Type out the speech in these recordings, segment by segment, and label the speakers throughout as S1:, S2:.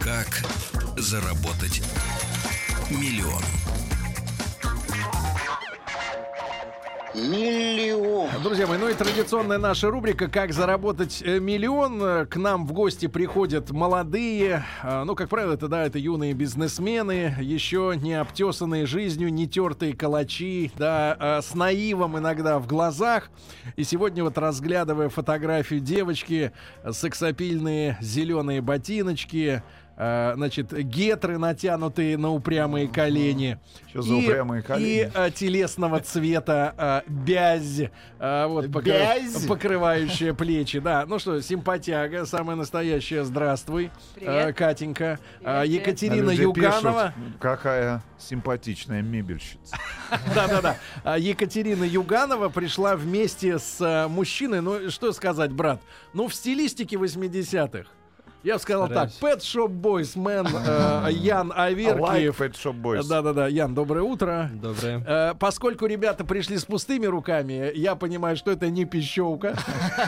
S1: Как заработать миллион?
S2: Миллион.
S3: Друзья мои, ну и традиционная наша рубрика «Как заработать э, миллион». Э, К нам в гости приходят молодые, э, ну, как правило, это, да, это юные бизнесмены, еще не обтесанные жизнью, не тертые калачи, да, э, с наивом иногда в глазах. И сегодня вот разглядывая фотографию девочки, э, сексапильные зеленые ботиночки, э, значит, гетры натянутые на упрямые колени.
S4: Что за упрямые колени?
S3: И э, телесного цвета э, бязь, э, вот, покры-
S4: Бязь?
S3: покрывающая плечи. Да, ну что, симпатяга, самая настоящая. Здравствуй, э,
S5: Привет.
S3: Катенька. Э,
S5: Привет,
S3: Екатерина
S4: Люди пишут,
S3: Юганова.
S4: какая симпатичная мебельщица.
S3: Да-да-да. А Екатерина Юганова пришла вместе с э, мужчиной. Ну, что сказать, брат? Ну, в стилистике 80-х. Я бы сказал так. Pet Shop Boys, Man, э, Ян
S4: Like
S3: Аверкиев.
S4: Pet Shop Boys.
S3: Да-да-да, Ян, доброе утро.
S6: Доброе.
S3: Э, Поскольку ребята пришли с пустыми руками, я понимаю, что это не пищевка.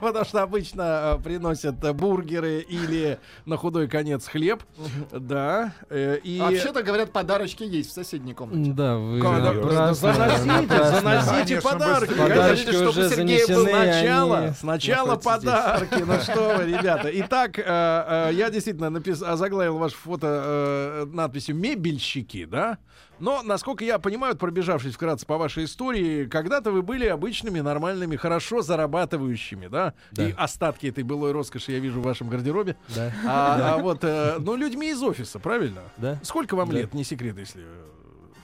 S3: Потому что обычно э, приносят э, бургеры или на худой конец хлеб. Да. э, И...
S7: Вообще-то, говорят, подарочки есть в соседней комнате.
S6: Да, вы
S3: Ка- да,
S6: напрасно,
S3: Заносите,
S6: напрасно.
S3: заносите
S4: Конечно,
S3: подарки.
S4: быстрее.
S3: Конечно,
S6: Подарочки уже занесены,
S3: Сначала,
S6: они
S3: сначала
S6: находятся
S3: подарки. Ну что вы, ребята. Итак, э, э, я действительно напис- озаглавил ваше фото э, надписью «Мебельщики», да? Но, насколько я понимаю, вот пробежавшись вкратце по вашей истории, когда-то вы были обычными, нормальными, хорошо зарабатывающими, да?
S6: Да.
S3: И остатки этой былой роскоши я вижу в вашем гардеробе.
S6: Да.
S3: А, а вот, э, ну, людьми из офиса, правильно?
S6: Да.
S3: Сколько вам
S6: Да.
S3: лет, не секрет, если... э,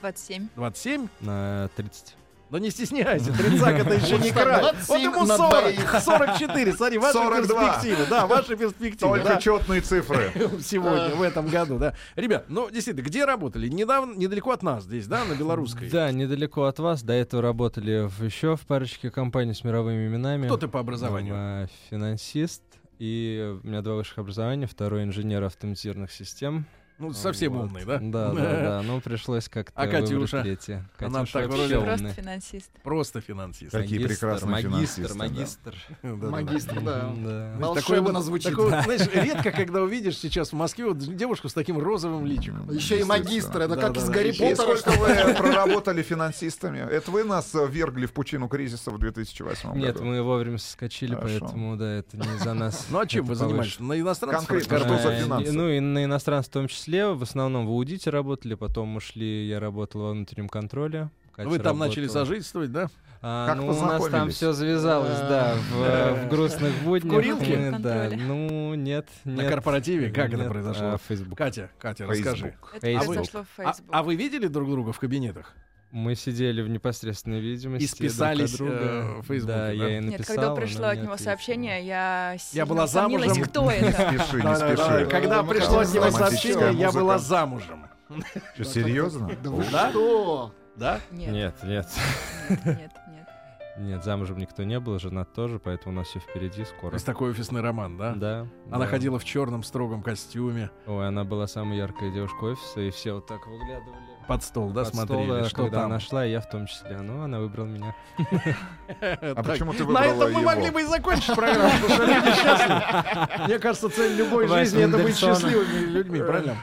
S5: 27.
S3: 27?
S6: На 30.
S3: Да Ну, не стесняйся, тридцак это еще
S7: Потому
S3: не
S7: что
S3: край. Вот
S7: 27
S3: ему
S7: на
S3: 40,
S7: двоих.
S3: 44, смотри, ваши
S4: 42.
S3: перспективы. Да, ваши перспективы.
S4: Только
S3: да,
S4: четные цифры.
S3: Сегодня, в этом году, да. Ребят, ну, действительно, где работали? Недавно, недалеко от нас здесь, да, на Белорусской?
S6: Да, недалеко от вас. До этого работали в- еще в парочке компаний с мировыми именами.
S3: Кто ты по образованию?
S6: Там, э, Финансист. И у меня два высших образования. Второй инженер автоматизированных систем.
S3: Ну, совсем
S6: Вот.
S3: умный, да?
S6: Да, да, да. Ну, пришлось как-то
S3: А Катюша?
S6: выбрать третье.
S3: Она
S6: Катюша
S3: так
S6: вообще
S3: вроде-
S5: Просто
S6: умная.
S5: финансист.
S3: Просто финансист.
S4: Какие
S6: Магистр,
S4: прекрасные
S6: Магистр,
S4: финансисты, да.
S6: магистр.
S3: Да-да-да.
S7: Магистр, да.
S6: Да.
S7: Волшебно звучит.
S3: такого, знаешь, редко, когда увидишь сейчас в Москве вот девушку с таким розовым личиком.
S7: Еще и магистр, это
S3: Да,
S7: как
S3: да,
S7: из
S3: да.
S7: Гарри
S4: И
S7: Поттера.
S4: сколько вы проработали финансистами? Это вы нас э, вергли в пучину кризиса в 2008
S6: Нет,
S4: году?
S6: мы вовремя соскочили,
S4: Хорошо.
S6: поэтому да, это не за нас.
S3: Ну а чем
S6: Это
S3: вы занимались?
S6: повыше.
S3: На иностранцев?
S4: Конкретно,
S3: расскажите?
S4: что за
S6: Э,
S4: финансы?
S6: Ну и на иностранцев в том числе. В основном в аудите работали, потом ушли, я работал во внутреннем контроле. Катя
S3: Вы там начали
S6: работала.
S3: сожительствовать, да?
S6: А,
S4: Как
S6: ну, у нас там
S4: познакомились?
S6: все завязалось, да, в, э, в грустных буднях.
S3: курилке?
S6: Мы, Да,
S5: Контроле.
S6: ну нет,
S3: На
S6: нет.
S3: корпоративе? Как это
S6: нет,
S3: произошло?
S6: а, Facebook.
S3: Катя, Катя, расскажи.
S4: Facebook.
S5: Это
S6: Facebook.
S5: произошло в
S3: А,
S5: Facebook.
S3: а вы видели друг друга в кабинетах?
S6: Мы сидели в непосредственной видимости.
S3: И списались,
S6: друг от друга.
S3: э, в Фейсбуке, да?
S6: Да, я ей написал.
S5: Нет, когда пришло
S6: она
S5: от
S6: мне
S5: него
S6: ответила.
S5: сообщение, я сильно
S3: была
S5: усомнилась,
S3: замужем.
S5: кто это.
S4: Спеши, не
S3: Да-да-да.
S4: спеши.
S3: Когда
S7: Ну,
S3: пришло от него
S4: Э, романтическая
S3: сообщение, я
S4: музыка.
S3: была замужем.
S4: Что, серьезно?
S7: Да вы что?
S3: Да?
S5: Нет,
S6: Нет, нет.
S5: нет, нет, нет.
S6: Нет, замужем никто не был, женат тоже, поэтому у нас все впереди
S3: То
S6: скоро.
S3: есть такой офисный роман, да?
S6: Да.
S3: Она
S6: да.
S3: ходила в черном строгом костюме.
S6: Ой, она была самая яркая девушка офиса, и все вот так выглядывали.
S3: Под стол, да,
S6: под стол,
S3: смотрели,
S6: а
S3: что
S6: когда
S3: там.
S6: она шла, и я в том числе. Ну, она выбрала меня.
S4: А
S3: Так.
S4: почему ты
S3: На
S4: выбрала
S3: этом мы могли
S4: его?
S3: бы и закончить программу, потому что люди счастливы. Мне кажется, цель любой
S6: Вась
S3: жизни — это быть
S6: Мендельсона.
S3: счастливыми людьми, правильно?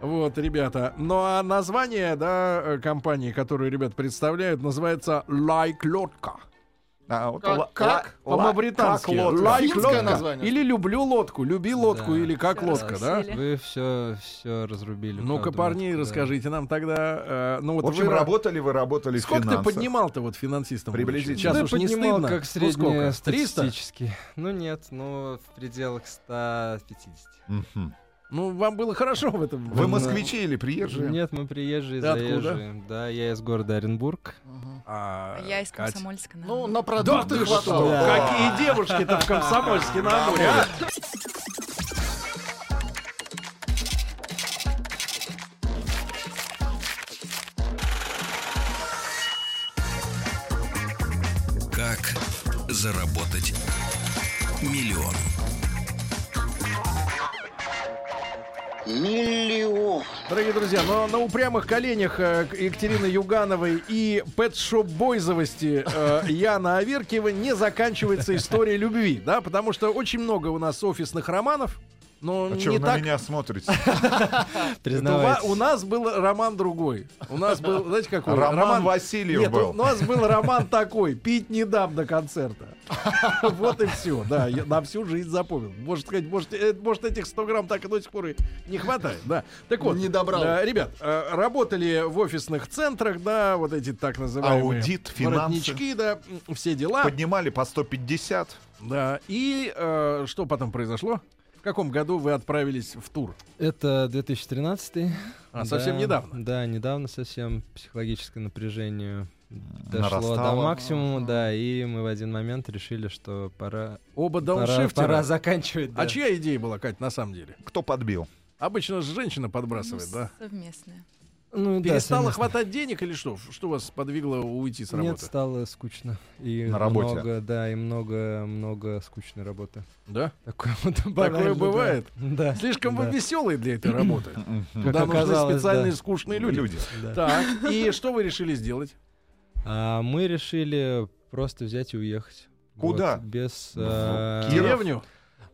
S3: Вот, ребята. Ну а название, да, э, компании, которую ребят представляют, называется Like Лодка.
S4: А, вот
S7: Как-
S4: ла-
S7: как?
S4: ла-
S3: По-мавритански.
S4: как лодка.
S3: Like
S7: Финское
S3: лодка.
S7: название.
S3: Или люблю лодку, люби лодку,
S6: Да.
S3: или как
S5: Всё
S3: лодка, да?
S5: раскусили.
S6: Вы все, все разрубили.
S3: Ну-ка,
S6: правду
S3: парни,
S6: матку, да.
S3: расскажите нам тогда. э, ну вот
S4: В общем,
S3: вы
S4: работали вы, работали в
S3: Сколько ты
S4: финансах.
S3: поднимал-то вот финансистом? будучи?
S4: Приблизительно.
S3: Сейчас
S6: Да
S3: уж не
S6: поднимал,
S3: стыдно.
S6: как
S3: Ну, сколько? 300?
S6: среднестатистически. Ну нет, ну в пределах 150.
S4: Мгм.
S3: Ну, вам было хорошо в этом.
S4: Вы
S3: Да.
S4: москвичи или приезжие?
S6: Нет, мы приезжие,
S3: Ты откуда?
S6: заезжие. Да, я из города Оренбург.
S3: А,
S5: Я из
S3: Кать.
S5: Комсомольска.
S7: Ну,
S5: наверное.
S7: на
S3: Да
S7: продукты
S3: ты что?
S7: хватало.
S3: Какие девушки-то в Комсомольске на море, а?
S1: Как заработать миллион.
S3: Дорогие друзья, но на упрямых коленях э, к- Екатерины Югановой и пэтшоп-бойзовости э, Яна Аверкиева не заканчивается история любви, да, потому что очень много у нас офисных романов, но
S4: А
S3: не
S4: что вы на
S3: так
S4: меня смотрите?
S3: Это у ва-
S6: Признавайтесь.
S3: у, нас был роман другой. У нас был, знаете, какой?
S4: Роман Васильев
S3: Нет, ну,
S4: был.
S3: у нас был роман такой. Пить не дам до концерта. Вот и все. Да, я на всю жизнь запомнил. Может сказать, может, э, может этих 100 грамм так и до сих пор и не хватает. Да. Так вот.
S7: Не добрал.
S3: э, Ребят, э, работали в офисных центрах, да, вот эти так называемые...
S4: Аудит, финансы.
S3: воротнички, да, м, все дела.
S4: Поднимали по 150.
S3: Да. И э, что потом произошло? В каком году вы отправились в тур?
S6: Это 2013.
S3: А, совсем недавно.
S6: Да, недавно совсем психологическое напряжение дошло до
S4: Нарастало.
S6: максимума, да, и мы в один момент решили, что пора,
S3: Оба
S6: пора,
S3: дауншифтера.
S6: пора заканчивать. да.
S3: А чья идея была, Кать, на самом деле?
S4: Кто подбил?
S3: Обычно же женщина подбрасывает,
S5: Ну,
S3: да?
S5: Совместное.
S6: Ну, да,
S3: Перестала
S6: совместно.
S3: хватать денег или что? Что вас подвигло уйти с
S6: Нет,
S3: работы?
S6: стало скучно. И
S4: На работе.
S6: Много, да, и много-много скучной работы.
S3: Да?
S6: Такое вот
S3: Такое
S6: банально, да.
S3: бывает.
S6: Да.
S3: Слишком вы
S6: Да.
S3: веселые для этой работы.
S6: Как
S3: Туда нужны
S6: оказалось,
S3: специальные
S6: да.
S3: скучные люди.
S6: Да.
S3: Так, и что вы решили сделать?
S6: А мы решили просто взять и уехать.
S4: Куда?
S6: Вот, без...
S4: В
S6: а,
S4: Киров?
S3: Деревню?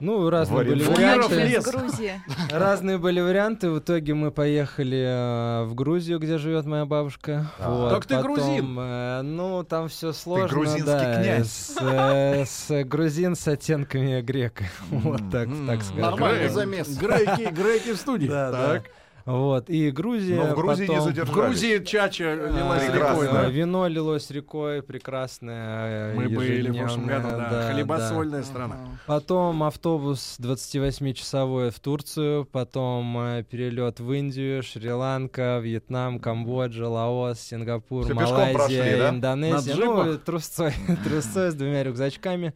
S6: Ну, разные были
S4: Оренбург.
S5: Киров
S6: варианты.
S3: лес.
S5: Грузия.
S6: Разные были варианты. В итоге мы поехали э, в Грузию, где живет моя бабушка. Вот,
S3: А. Так ты
S6: потом,
S3: грузин.
S6: э, ну, там все сложно.
S4: грузинский
S6: да,
S4: князь.
S6: С, э, с грузин с оттенками грека. Вот так, так скажем.
S7: Нормальный
S3: Греки-
S7: замес.
S3: Греки, греки в студии.
S6: Да,
S3: так.
S6: да. Вот. И Грузия.
S4: Но в Грузии не
S6: потом-
S3: В
S4: задержались.
S3: Грузии чача лилась
S6: а,
S3: рекой,
S6: э,
S3: да?
S6: Вино лилось рекой, прекрасное. э,
S3: Мы были в прошлом
S6: ежедневное,
S3: году, да.
S6: да, да.
S3: Хлебосольная страна.
S6: Потом автобус 28-часовой в Турцию, потом перелет в Индию, Шри-Ланка, Вьетнам, Камбоджа, Лаос, Сингапур,
S4: Всё пешком
S6: Малайзия,
S4: прошли, да?
S3: На
S6: Индонезия. Ну,
S3: джипах?
S6: трусцой, трусцой с двумя рюкзачками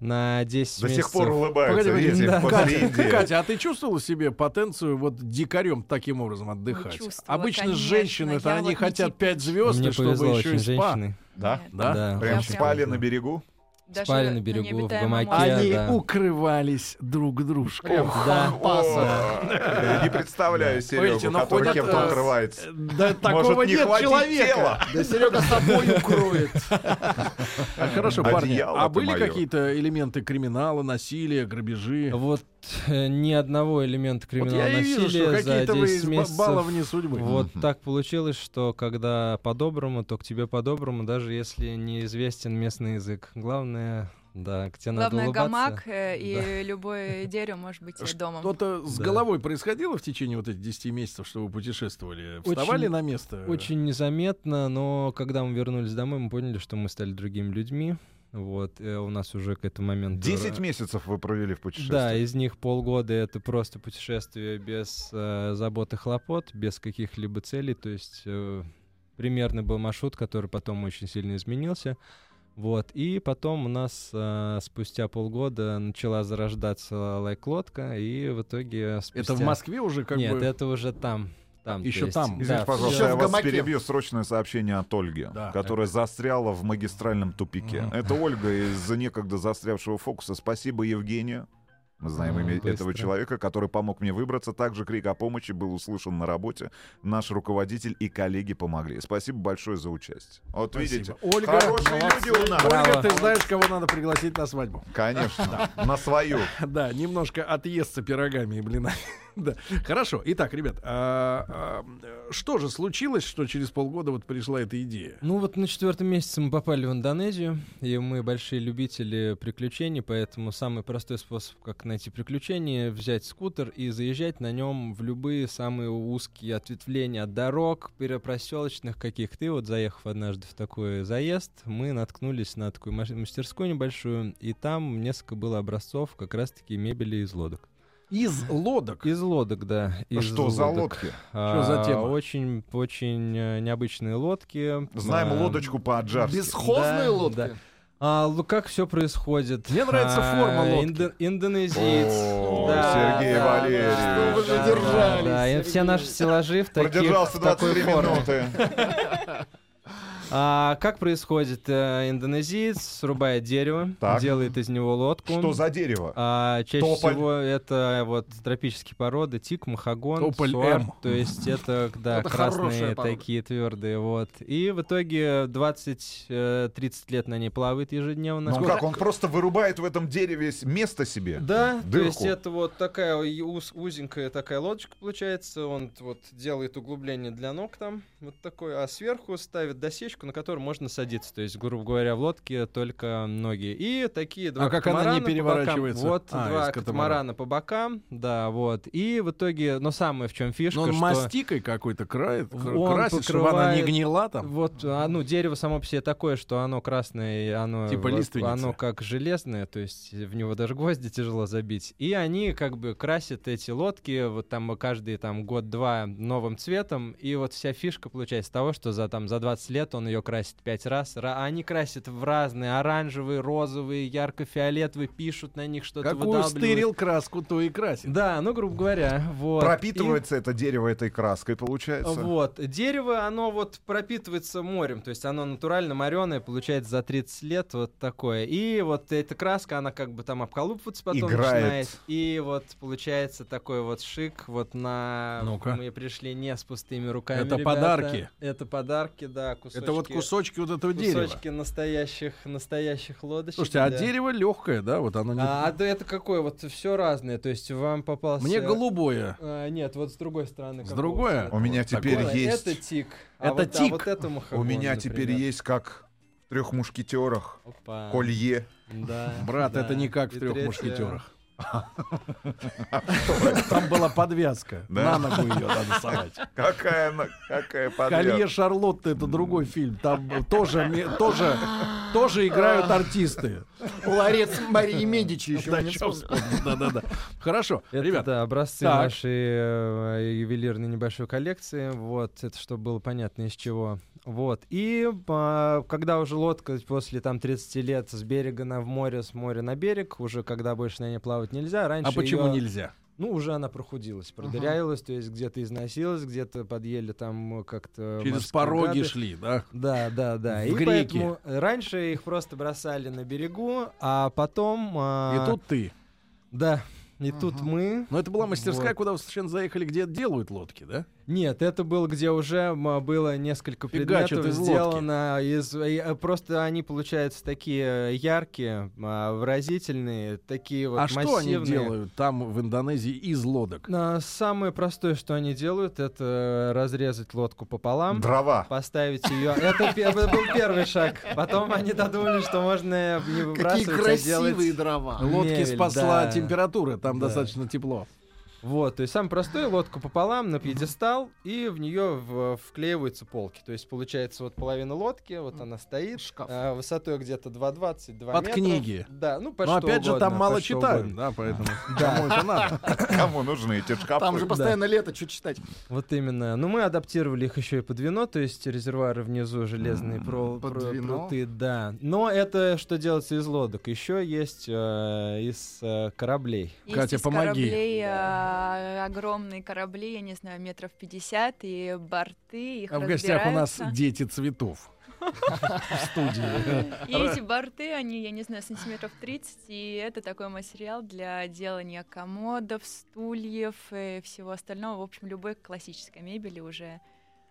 S6: на 10
S4: До сих
S6: месяцев.
S4: пор улыбается.
S3: Погоди,
S4: видите,
S6: да.
S4: после
S3: Катя,
S4: Индии.
S3: Катя, а ты чувствовала себе потенцию вот дикарем таким образом отдыхать?
S5: чувствовала,
S3: Обычно
S5: конечно.
S3: женщины-то
S5: Я
S3: они
S5: вот не
S3: хотят
S5: тип-
S3: 5 звезд,
S6: Мне
S3: чтобы
S6: повезло
S3: еще и
S6: очень
S3: спа.
S6: женщины.
S4: Да?
S5: Нет,
S3: Да?
S6: Да,
S4: Прям
S5: Я
S6: очень
S4: спали
S6: повезло.
S4: на берегу.
S5: даже
S6: Спали на берегу, в
S5: необитаемом
S6: гамаке.
S5: острове.
S6: Я,
S3: Они
S6: да.
S3: укрывались друг дружкой.
S7: Ох,
S6: Да.
S7: паса.
S4: Э, Не представляю
S3: Смотрите,
S4: Серегу,
S3: но
S4: который
S3: ходят,
S4: кем-то
S3: э,
S4: укрывается.
S3: Да такого
S4: Может, не
S3: нет
S4: хватить
S3: человека.
S4: тела?
S7: Да Серега собой укроет.
S3: А, Хорошо, парни,
S4: Одеяло
S3: а
S4: ты
S3: были
S4: моё.
S3: какие-то элементы криминала, насилия, грабежи?
S6: Вот э, ни одного элемента
S3: Вот
S6: криминала
S3: я и вижу, что
S6: насилия за
S3: какие-то вы
S6: 10
S3: из
S6: месяцев.
S3: ба- баловни судьбы.
S6: Вот так получилось, что когда по-доброму, то к тебе по-доброму, даже если неизвестен местный язык. Главное, да, к тебе
S5: Главное,
S6: надо улыбаться.
S5: гамак э, и любое дерево может быть э, домом.
S3: Что-то с
S6: Да.
S3: головой происходило в течение вот этих 10 месяцев, что вы путешествовали? Вставали
S6: Очень-
S3: на место?
S6: Очень незаметно, но когда мы вернулись домой, мы поняли, что мы стали другими людьми. Вот, э, у нас уже к этому моменту...
S4: 10 месяцев вы провели в
S6: Да,
S4: путешествии.
S6: из них полгода это просто путешествие без э, забот и хлопот, без каких-либо целей. То есть э, примерно был маршрут, который потом очень сильно изменился. Вот, и потом у нас э, спустя полгода начала зарождаться лайклодка, и в итоге спустя...
S3: Это в Москве уже как
S6: Нет,
S3: бы...
S6: это уже там. там
S3: Ещё
S6: то есть,
S3: там.
S4: Извините,
S6: да,
S4: пожалуйста,
S7: всё
S4: я
S7: в
S4: вас
S7: гамаке.
S4: перебью. Срочное сообщение от Ольги,
S3: Да.
S4: которая застряла в магистральном тупике. Это Ольга из некогда застрявшего фокуса. Спасибо Евгению. Мы знаем
S6: М,
S4: имя этого
S6: быстро.
S4: человека, который помог мне выбраться. Также крик о помощи был услышан на работе. Наш руководитель и коллеги помогли. Спасибо большое за участие. Вот
S3: Спасибо.
S4: видите,
S3: Ольга,
S4: хорошие люди у нас.
S3: Ольга,
S6: Браво.
S3: ты знаешь, кого надо пригласить на свадьбу.
S4: Конечно, на свою.
S3: Да, немножко отъестся пирогами и блинами. Да. Хорошо. Итак, ребят, а, а, что же случилось, что через полгода вот пришла эта идея?
S6: Ну вот на четвертом месяце мы попали в Индонезию, и мы большие любители приключений, поэтому самый простой способ, как найти приключения, взять скутер и заезжать на нем в любые самые узкие ответвления от дорог, перепроселочных каких-то. И вот заехав однажды в такой заезд, мы наткнулись на такую маш- мастерскую небольшую, и там несколько было образцов как раз-таки мебели из лодок. А
S3: Из лодок.
S6: Из лодок, да. из
S4: Что за лодки?
S3: Что за
S6: А,
S3: тема?
S6: Очень, очень э, необычные лодки.
S4: Знаем
S6: А,
S4: лодочку по-аджарски.
S7: Бесхозные
S6: Да,
S7: лодки.
S6: да. А, лу- как все происходит? А,
S3: Мне нравится форма лодки.
S6: индо- индонезиец.
S4: О,
S6: Да,
S4: Сергей
S6: да,
S4: Валерьевич.
S6: да,
S7: Что вы же
S6: да,
S7: держались,
S6: да, и все
S7: Сергей?
S6: наши стеллажи в таких,
S4: Продержался
S6: в такой
S4: 23
S6: форме.
S4: минуты.
S6: А, как происходит? Э, Индонезиец срубает дерево,
S4: Так.
S6: делает из него лодку.
S4: Что за дерево?
S6: А, чаще
S4: Тополь.
S6: всего это вот тропические породы, тик, махагон,
S3: Тополь
S6: суар,
S3: М.
S6: то есть это, да,
S7: Это
S6: красные
S7: хорошая порода.
S6: такие твердые, вот. И в итоге 20-30 лет на ней плавает ежедневно.
S4: Ну как, он просто вырубает в этом дереве с- место себе?
S6: Да, то
S4: Дырку.
S6: есть это вот такая и уз- узенькая такая лодочка получается, он т- вот делает углубление для ног там, вот такое, а сверху ставит досечку, на которую можно садиться, то есть, грубо говоря, в лодке только ноги. И такие два
S3: А как она не
S6: катамарана по бокам.
S3: переворачивается?
S6: Вот
S3: А,
S6: два
S3: из катамарана.
S6: катамарана по бокам, да, вот. И в итоге, но самое в чем фишка,
S3: Но он
S6: что...
S3: мастикой какой-то крает, кра-
S6: Он
S3: красит, чтобы она не
S6: покрывает-
S3: гнила там.
S6: Вот, а, ну, дерево само по себе такое, что оно красное, и оно...
S3: Типа
S6: вот,
S3: лиственница.
S6: Оно как железное, то есть в него даже гвозди тяжело забить. И они как бы красят эти лодки, вот там каждый там год-два новым цветом, и вот вся фишка получается того, что за там за 20 лет он ее красит пять раз, ра- а они красят в разные, оранжевые, розовые, ярко-фиолетовые, пишут на них что-то,
S3: Какую
S6: выдавливают.
S3: стырил краску, то и красит.
S6: Да, ну, грубо говоря, вот. И-
S4: Пропитывается это дерево этой краской, получается.
S6: вот. Дерево, оно вот пропитывается морем, то есть оно натурально мореное, получается за 30 лет вот такое. И вот эта краска, она как бы там обколупываться потом
S4: Играет.
S6: начинает. И вот получается такой вот шик вот на...
S3: Ну-ка.
S6: Мы пришли не с пустыми руками,
S3: Это
S6: ребята.
S3: подарки.
S6: Это подарки, да, кусочки.
S3: Это вот кусочки вот этого дерева.
S6: Кусочки настоящих, настоящих лодочек.
S3: Слушайте, а
S6: для-
S3: дерево легкое, да? Вот оно не...
S6: А, да это какое? Вот все разное. То есть вам попался...
S3: Мне голубое.
S6: А, нет, вот с другой стороны.
S3: С
S6: какого
S3: другой?
S6: цвета?
S4: У меня теперь
S6: Ладно,
S4: есть...
S6: Это тик. А
S3: Это
S6: вот,
S3: тик.
S6: вот это махагон,
S4: У меня
S6: например.
S4: теперь есть как в трех мушкетерах
S6: Опа.
S4: колье.
S6: Да,
S3: Брат,
S6: да.
S3: это не как в
S6: И
S3: трех
S6: третье-
S3: мушкетерах. Там была подвязка. На
S4: Да.
S3: ногу ее надо совать.
S4: Какая, она- какая
S3: Колье
S4: подряд.
S3: Шарлотты это другой фильм. Там э, тоже, ми- тоже, тоже играют артисты.
S7: Ларец Марии Медичи еще
S3: Да,
S7: не
S3: чё
S7: вспомнил.
S3: вспомнить, Да-да-да. Хорошо,
S6: Это,
S3: ребят.
S6: да, образцы
S3: Так.
S6: нашей э, ювелирной небольшой коллекции. Вот, это чтобы было понятно из чего. Вот. И а, когда уже лодка после там 30 лет с берега на в море, с моря на берег, уже когда больше на ней плавать нельзя, раньше
S3: А почему
S6: её-
S3: нельзя?
S6: Ну, уже она прохудилась, продырявилась, то есть где-то износилась, где-то подъели там э, как-то...
S3: Через
S6: морские
S3: пороги
S6: гады.
S3: шли, да?
S6: Да, да, да.
S3: В
S6: и
S3: греки.
S6: поэтому раньше их просто бросали на берегу, а потом... а,
S3: И тут ты.
S6: Да, и тут мы...
S3: Но это была мастерская,
S6: Вот.
S3: куда вы совершенно заехали, где делают лодки, да?
S6: Нет, это был, где уже м, было несколько
S3: Фигачат
S6: предметов
S3: из лодки.
S6: сделано. Из, и, э, просто они, получаются такие яркие, а, выразительные, такие вот
S3: а
S6: массивные.
S3: что они делают там в Индонезии из лодок?
S6: А, Самое простое, что они делают, это разрезать лодку пополам.
S4: Дрова.
S6: Поставить ее. Это, пе- это был первый шаг. Потом они додумали, что можно не
S7: Какие
S6: выбрасывать, а
S7: красивые
S6: делать
S7: дрова.
S3: Лодки
S6: Невель,
S3: спасла
S6: да.
S3: температура, там
S6: Да.
S3: достаточно тепло.
S6: Вот, то есть самое простое, лодку пополам на пьедестал, и в нее вклеиваются полки. То есть получается вот половина лодки, вот она стоит,
S7: Шкаф.
S6: а, высотой где-то 2,20-2
S3: Под
S6: метра.
S3: книги.
S6: Да, ну, под
S3: Но
S6: что
S3: опять же,
S6: угодно,
S3: там мало
S6: под что
S3: читают,
S6: угодно.
S3: да, поэтому
S6: Да.
S3: кому это надо?
S4: Кому нужны эти шкафы?
S7: Там же Ну, постоянно лето, что читать?
S6: Вот именно. Ну, мы адаптировали их еще и под вино, то есть резервуары внизу, железные про,
S7: под
S6: про-
S7: вино?
S6: пруты, да. Но это что делается из лодок. Еще есть э, из э, кораблей.
S5: Есть
S3: Катя,
S5: из
S3: помоги.
S5: кораблей, а, огромные корабли, я не знаю, метров 50, и борты, их
S3: А в гостях у нас
S5: разбираются.
S3: дети цветов. В студии.
S5: И эти борты, они, я не знаю, сантиметров 30, и это такой материал для делания комодов, стульев и всего остального. В общем, любой классической мебели уже.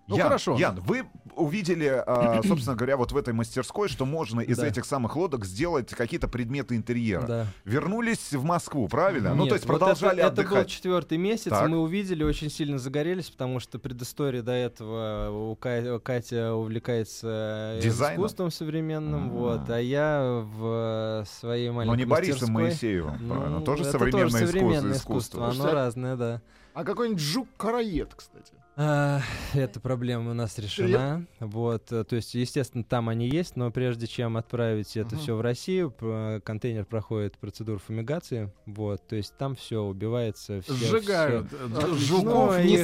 S3: Ну,
S4: Ян,
S3: хорошо.
S4: Ян, вы увидели, а, собственно говоря, вот в этой мастерской, что можно из
S6: Да.
S4: этих самых лодок сделать какие-то предметы интерьера.
S6: Да.
S4: Вернулись в Москву, правильно? ну,
S6: Нет,
S4: то есть
S6: вот
S4: продолжали
S6: это, Это был
S4: отдыхать.
S6: четвертый месяц,
S4: Так.
S6: мы увидели, очень сильно загорелись, потому что предыстория до этого у Ка- Катя увлекается э,
S4: Дизайном?
S6: искусством современным,
S4: А.
S6: вот, а я в э, своей
S4: Но
S6: маленькой
S4: не Борисом
S6: мастерской.
S4: Моисеевым, правильно?
S6: Ну,
S4: Тоже
S6: это
S4: современное,
S6: современное
S4: искусство.
S6: Оно
S7: Слушай, а-
S6: разное, да.
S7: А какой-нибудь жук-караед, кстати.
S6: А, эта проблема у нас решена. Вот, э, то есть, естественно, там они есть, но прежде чем отправить это
S7: Мгм.
S6: все в Россию, п- э, контейнер проходит процедуру фумигации. Вот, то есть там все убивается, все
S3: Сжигают. э,
S7: Отлично.
S3: Жуков
S6: Ну,
S3: не
S6: и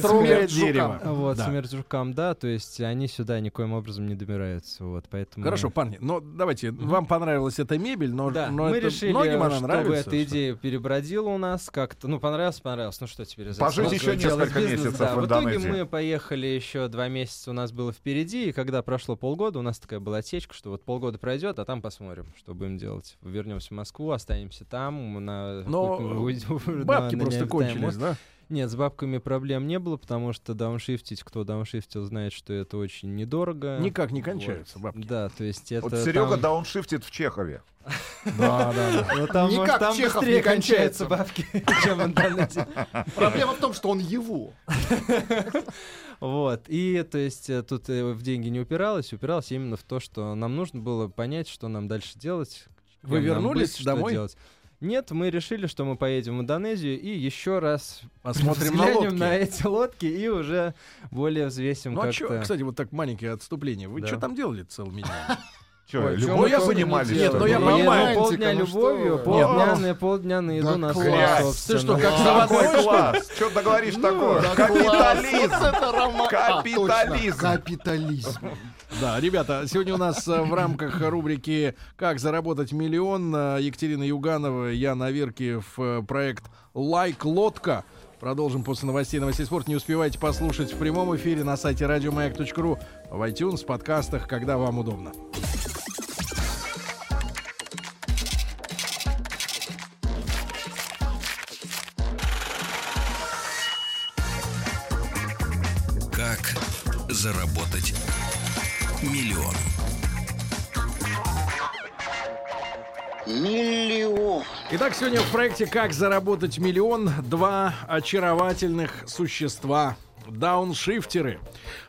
S7: смерть
S3: трогает
S7: жукам.
S3: дерево.
S6: Вот,
S3: Да.
S6: смерть жукам, да, то есть они сюда никоим образом не добираются, вот, поэтому...
S3: Хорошо, парни, ну давайте, вам понравилась эта мебель, но,
S6: Да,
S3: но
S6: мы
S3: это-
S6: решили,
S3: многим она
S6: чтобы
S3: нравится.
S6: эта идея перебродила у нас как-то. Ну, понравилось, понравилось. Ну что теперь? за
S4: Пожить
S6: сколько
S4: еще
S6: делать
S4: несколько
S6: бизнес,
S4: месяцев
S6: да.
S4: в
S6: В итоге
S4: Индонезии.
S6: мы мы поехали еще два месяца у нас было впереди, и когда прошло полгода, у нас такая была отсечка, что вот полгода пройдет, а там посмотрим, что будем делать. Вернемся в Москву, останемся там. На...
S3: Но
S6: уйдем
S3: Бабки
S6: на- на
S3: просто
S6: необитаемый
S3: кончились, да?
S6: Нет, с бабками проблем не было, потому что дауншифтить, кто дауншифтил, знает, что это очень недорого.
S3: Никак не
S6: Вот.
S3: кончаются бабки.
S6: Да, то есть это...
S4: Вот Серега
S6: там-
S4: дауншифтит в Чехове.
S3: Да, да,
S6: Ну, там,
S7: Никак
S6: может, там
S7: Чехов
S6: быстрее
S7: не кончается.
S6: кончаются бабки, чем в интернете.
S7: Проблема в том, что он его.
S6: Вот. И, то есть, э, тут э, в деньги не упиралось, упиралось именно в то, что нам нужно было понять, что нам дальше делать. чем
S3: Вы
S6: нам
S3: вернулись
S6: быть, что
S3: домой?
S6: делать. Нет, мы решили, что мы поедем в Индонезию и еще раз
S3: Посмотрим на
S6: взглянем
S3: лодки.
S6: на эти лодки и уже более взвесим
S3: Ну а
S6: как-то.
S3: что, кстати, вот так маленькое отступление. Вы
S6: Да.
S3: что там делали целыми днями?
S4: Че,
S6: Ой, чё
S4: любовь
S6: мы
S4: я
S6: только не
S4: понимали,
S6: делали.
S3: Нет,
S4: что
S3: ну
S4: ли?
S3: я
S6: Мы
S3: понимаю.
S6: ели
S7: Романтика,
S6: полдня
S7: ну что
S6: любовью,
S7: вы.
S6: полдня, на- полдня на еду
S7: Да
S6: на
S7: класс.
S6: слон,
S7: Ты что,
S6: собственно.
S4: ну
S7: как
S4: Какой
S7: Заводной
S4: класс? Что ты говоришь такое?
S7: Ну, Класс,
S4: Капитализм!
S7: вот это рома- А, точно,
S4: Капитализм.
S7: Капитализм.
S3: Да, ребята, сегодня у нас э, в рамках рубрики «Как заработать миллион» э, Екатерина Юганова, я Наверкиев, э, проект «Лайк Лодка». Продолжим после новостей. Новостей спорт не успевайте послушать в прямом эфире на сайте радиомаяк.ру, в iTunes, подкастах, когда вам удобно.
S1: Как заработать миллион?
S3: Итак, сегодня в проекте «Как заработать миллион» два очаровательных существа. Дауншифтеры.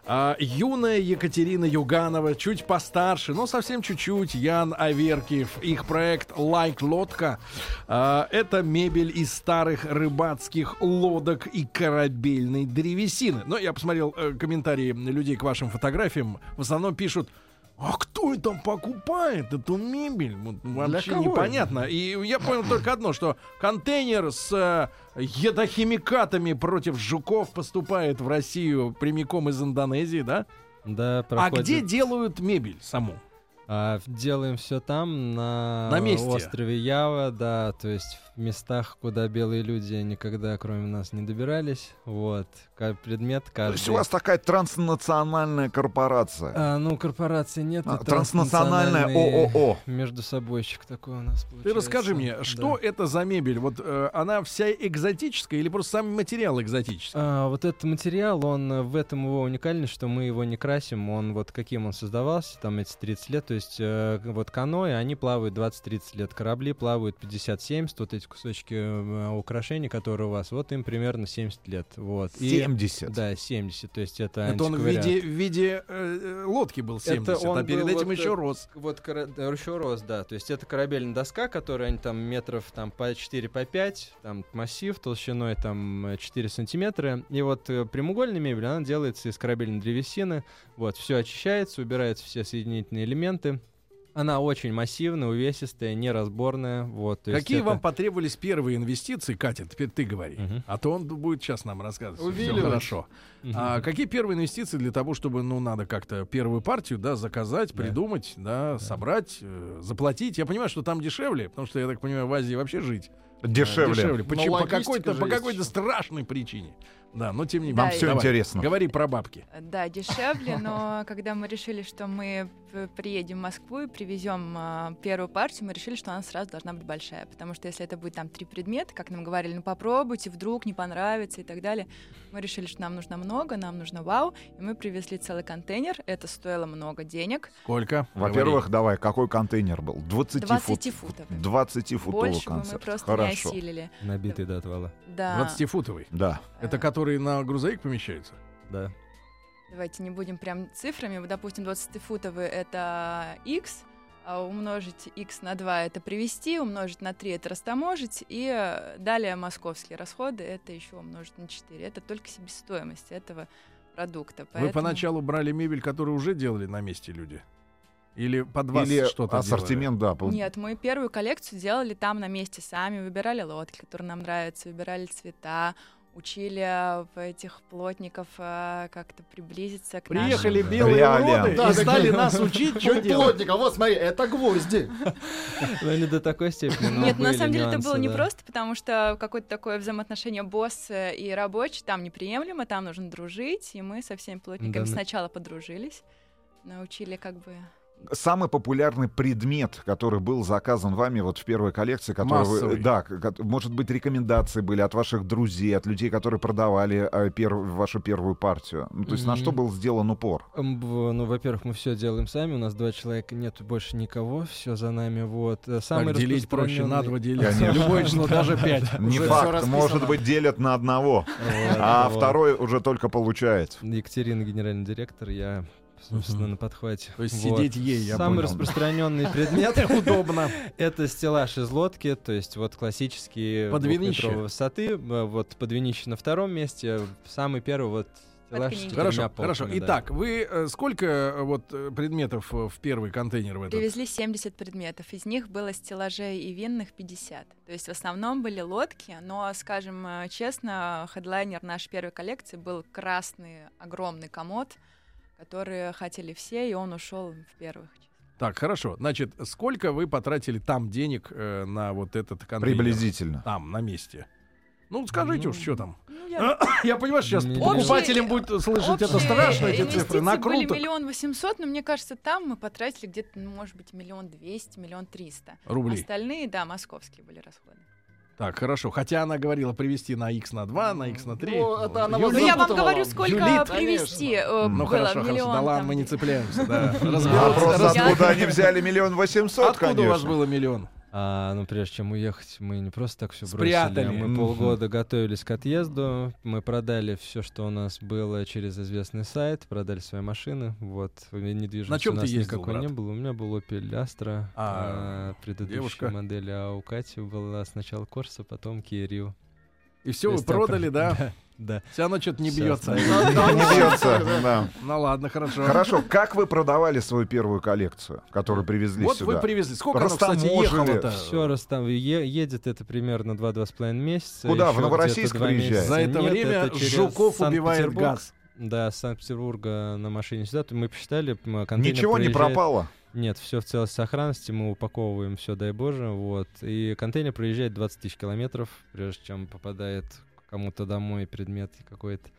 S3: А, юная Екатерина Юганова, чуть постарше, но совсем чуть-чуть, Ян Аверкиев. Их проект «Лайк лодка». а, это мебель из старых рыбацких лодок и корабельной древесины. Но я посмотрел э, комментарии людей к вашим фотографиям. В основном пишут а кто это покупает эту мебель? Вот вообще
S7: кого это?
S3: непонятно. И я понял только одно, что контейнер с э, ядохимикатами против жуков поступает в Россию прямиком из Индонезии, да?
S6: Да,
S3: А где
S6: проходит.
S3: делают мебель саму?
S6: А, делаем все там, на,
S3: На месте.
S6: острове Ява, да, то есть в местах, куда белые люди никогда, кроме нас, не добирались. Вот, Ка- предмет
S4: То
S6: каждый.
S4: есть у вас такая транснациональная корпорация.
S6: А, ну, корпорации нет. и
S4: А, Транснациональное
S6: транснациональный
S4: ООО.
S6: Между собойщик такой у нас получается.
S3: Ты расскажи мне, что
S6: Да.
S3: это за мебель? Вот э, она вся экзотическая или просто сам материал экзотический?
S6: А, вот этот материал, он э, в этом его уникальность, что мы его не красим, он вот каким он создавался, там эти 30 лет, то есть э, вот каноэ, они плавают 20-30 лет, корабли плавают 50-70, вот эти кусочки э, украшений, которые у вас, вот им примерно 70 лет, вот. И-
S4: 70.
S6: Да, 70, то есть это
S3: Это он в
S6: антиквариат.
S3: виде, в виде э, лодки был 70,
S6: он
S3: а перед
S6: был
S3: этим
S6: вот,
S3: еще
S6: э,
S3: рос.
S6: Вот кора- да, еще рос, да. То есть это корабельная доска, которая они там метров там по 4 по 5, там массив толщиной там э, 4 сантиметра. И вот э, прямоугольная мебель, она делается из корабельной древесины. Вот, все очищается, убираются все соединительные элементы. Она очень массивная, увесистая, неразборная. Вот, то есть
S3: Какие
S6: это-
S3: вам потребовались первые инвестиции, Катя? Теперь ты говори.
S6: Мгм.
S3: А то он будет сейчас нам рассказывать. Всё
S7: Увиливать.
S3: Хорошо.
S6: Мгм.
S3: А какие первые инвестиции для того, чтобы, ну, надо как-то первую партию, да, заказать,
S6: Да.
S3: придумать, да, собрать, э, заплатить? Я понимаю, что там дешевле, потому что, я так понимаю, в Азии вообще жить э,
S4: Дешевле.
S3: Почему? по
S7: логистика
S3: какой-то,
S7: же
S3: по
S7: есть
S3: какой-то
S7: еще.
S3: страшной причине. Да, но тем не менее.
S5: Нам
S4: всё
S3: Давай.
S4: интересно.
S3: Говори про бабки.
S5: э, Да, дешевле, но когда мы решили, что мы п- приедем в Москву и привезем а, первую партию, мы решили, что она сразу должна быть большая, потому что если это будет там три предмета, как нам говорили, ну попробуйте, вдруг не понравится и так далее, мы решили, что нам нужно много, нам нужно вау, и мы привезли целый контейнер, это стоило много денег,
S3: Сколько?
S4: Во-первых, давай, какой контейнер был? 20 фут.
S5: 20 футов.
S4: 20 футовый
S5: Больше бы мы
S4: концерт.
S5: просто
S4: Хорошо.
S5: не осилили.
S6: Набитый до отвала.
S5: Да.
S3: 20-футовый.
S4: Да.
S3: Это
S5: Э,
S3: который на грузовик помещается?
S6: Да.
S5: Давайте не будем прям цифрами. Вот, Допустим, 20-футовый — это x, а умножить x на 2 — это привести, умножить на 3 — это растаможить, и э, далее московские расходы — это еще умножить на 4. Это только себестоимость этого продукта.
S3: Вы
S5: Поэтому-
S3: поначалу брали мебель, которую уже делали на месте люди? Или под вас
S4: Или
S3: что-то делали?
S4: ассортимент, да. был.
S5: Нет, мы первую коллекцию делали там на месте сами, выбирали лодки, которые нам нравятся, выбирали цвета, учили в этих плотников а, как-то приблизиться к нашим.
S3: Приехали
S6: да.
S3: белые
S4: Реалиям.
S3: уроды
S7: Да,
S3: и
S7: так-
S3: стали нас учить, что
S7: Ну,
S3: делать.
S7: плотника, вот смотри, это гвозди.
S6: Но Ну, не до такой степени. но
S5: Нет, ну, на
S6: Ну, были
S5: самом деле это
S6: нюансы,
S5: было
S6: да.
S5: непросто, потому что какое-то такое взаимоотношение босс э, и рабочий там неприемлемо, там нужно дружить, и мы со всеми плотниками
S6: Да, на-
S5: сначала подружились, научили как бы...
S4: Самый популярный предмет, который был заказан вами вот в первой коллекции, который вы-
S3: Массовый.
S4: да, к- ко- может быть рекомендации были от ваших друзей, от людей, которые продавали э, пер- вашу первую партию. Ну, то есть на
S6: Мгм.
S4: что был сделан упор?
S6: М, в- Ну, во-первых, мы все делаем сами, у нас два человека, нет больше никого, все за нами, вот. Э, Самый
S3: Так делить проще на два
S6: распространенный-
S3: делить.
S4: Конечно.
S3: Любое число, даже пять.
S4: Не
S7: всё
S4: факт,
S7: расписано.
S4: может быть делят на одного,
S6: Вот,
S4: а
S6: вот.
S4: второй уже только получает.
S6: Екатерина, генеральный директор, я, собственно,
S3: Мгм.
S6: на подхвате.
S3: То есть
S6: Вот.
S3: сидеть ей, я
S6: Самый
S3: понял.
S6: распространенный предмет
S3: Удобно.
S6: это стеллаж из лодки, то есть вот классические
S3: Подвинище.
S6: двухметровой высоты, э, вот подвинище на втором месте, самый первый вот стеллаж с
S5: Подкинь.
S6: четырьмя
S3: Хорошо, хорошо.
S6: полками, да.
S3: Итак, вы э, сколько э, вот э, предметов э, в первый контейнер в этот?
S5: Привезли 70 предметов, из них было стеллажей и винных 50. То есть в основном были лодки, но, скажем э, честно, хедлайнер нашей первой коллекции был красный огромный комод, который хотели все, и он ушел в первых.
S3: Так, хорошо. Значит, сколько вы потратили там денег э, на вот этот контейнер?
S4: Приблизительно.
S3: Там, на месте. Ну, скажите уж,
S6: Ну,
S3: что там.
S5: Ну, я-
S3: Я понимаю, что сейчас
S6: Миллион.
S3: покупателям будет слышать это
S5: общие
S3: страшно, эти
S5: инвестиции
S3: цифры.
S5: были
S3: Накруток.
S5: миллион восемьсот, но мне кажется, там мы потратили где-то, ну, может быть, миллион двести, миллион триста.
S3: Рублей.
S5: Остальные, да, московские были расходы.
S3: Так, хорошо. Хотя она говорила привести на x на 2, на x на 3.
S7: Ну, это она
S3: Юль,
S7: вас
S5: Ну, я вам
S7: запутала вам.
S5: говорю, сколько
S7: Юлит.
S5: привезти э,
S4: Ну,
S3: Ну,
S5: было
S3: хорошо,
S5: миллион.
S3: хорошо. Да ладно,
S5: там.
S3: мы не цепляемся. Да.
S4: А
S3: Разберёмся.
S4: просто
S5: Я-
S4: откуда они взяли миллион восемьсот,
S3: Откуда у вас
S4: конечно.
S3: было миллион?
S6: А, ну, прежде чем уехать, мы не просто так все
S3: Спрятали.
S6: бросили. а Мы
S4: Мгм.
S6: полгода готовились к отъезду. Мы продали все, что у нас было через известный сайт, продали свои машины. Вот, и недвижимости
S3: На чём
S6: у
S3: ты
S6: нас
S3: ездил,
S6: никакой
S3: брат?
S6: не было. У меня был Opel Astra,
S3: А,
S6: а, предыдущая
S3: девушка?
S6: модель, а у Кати была сначала Corsa, потом Kia Rio.
S3: И все,
S6: То
S3: вы
S6: есть я
S3: продали,
S6: про-
S3: да?
S6: Да.
S3: Все равно что-то не
S6: Всё
S3: бьется.
S6: осталось.
S4: Не бьется, да.
S3: Ну ладно, хорошо.
S4: Хорошо, как вы продавали свою первую коллекцию, которую привезли
S3: Вот вы
S4: сюда?
S3: привезли. Сколько оно, кстати,
S4: Растаможили.
S3: ехало-то?
S6: Все Ну, раз там е- едет это примерно 2-2,5 месяца.
S4: Куда, в
S6: ещё
S4: Новороссийск
S6: где-то два
S4: приезжает?
S6: месяца.
S3: За это
S6: Нет,
S3: время
S6: это через
S3: Жуков убивает
S6: Санкт-Петербург.
S3: газ.
S6: Да, с Санкт-Петербурга на машине сюда. То Мы посчитали, м, контейнер
S4: Ничего не
S6: проезжает-
S4: пропало.
S6: Нет, все в целости и сохранности, мы упаковываем все, дай боже, вот. И контейнер проезжает 20 тысяч километров, прежде чем попадает кому-то домой предмет какой-то.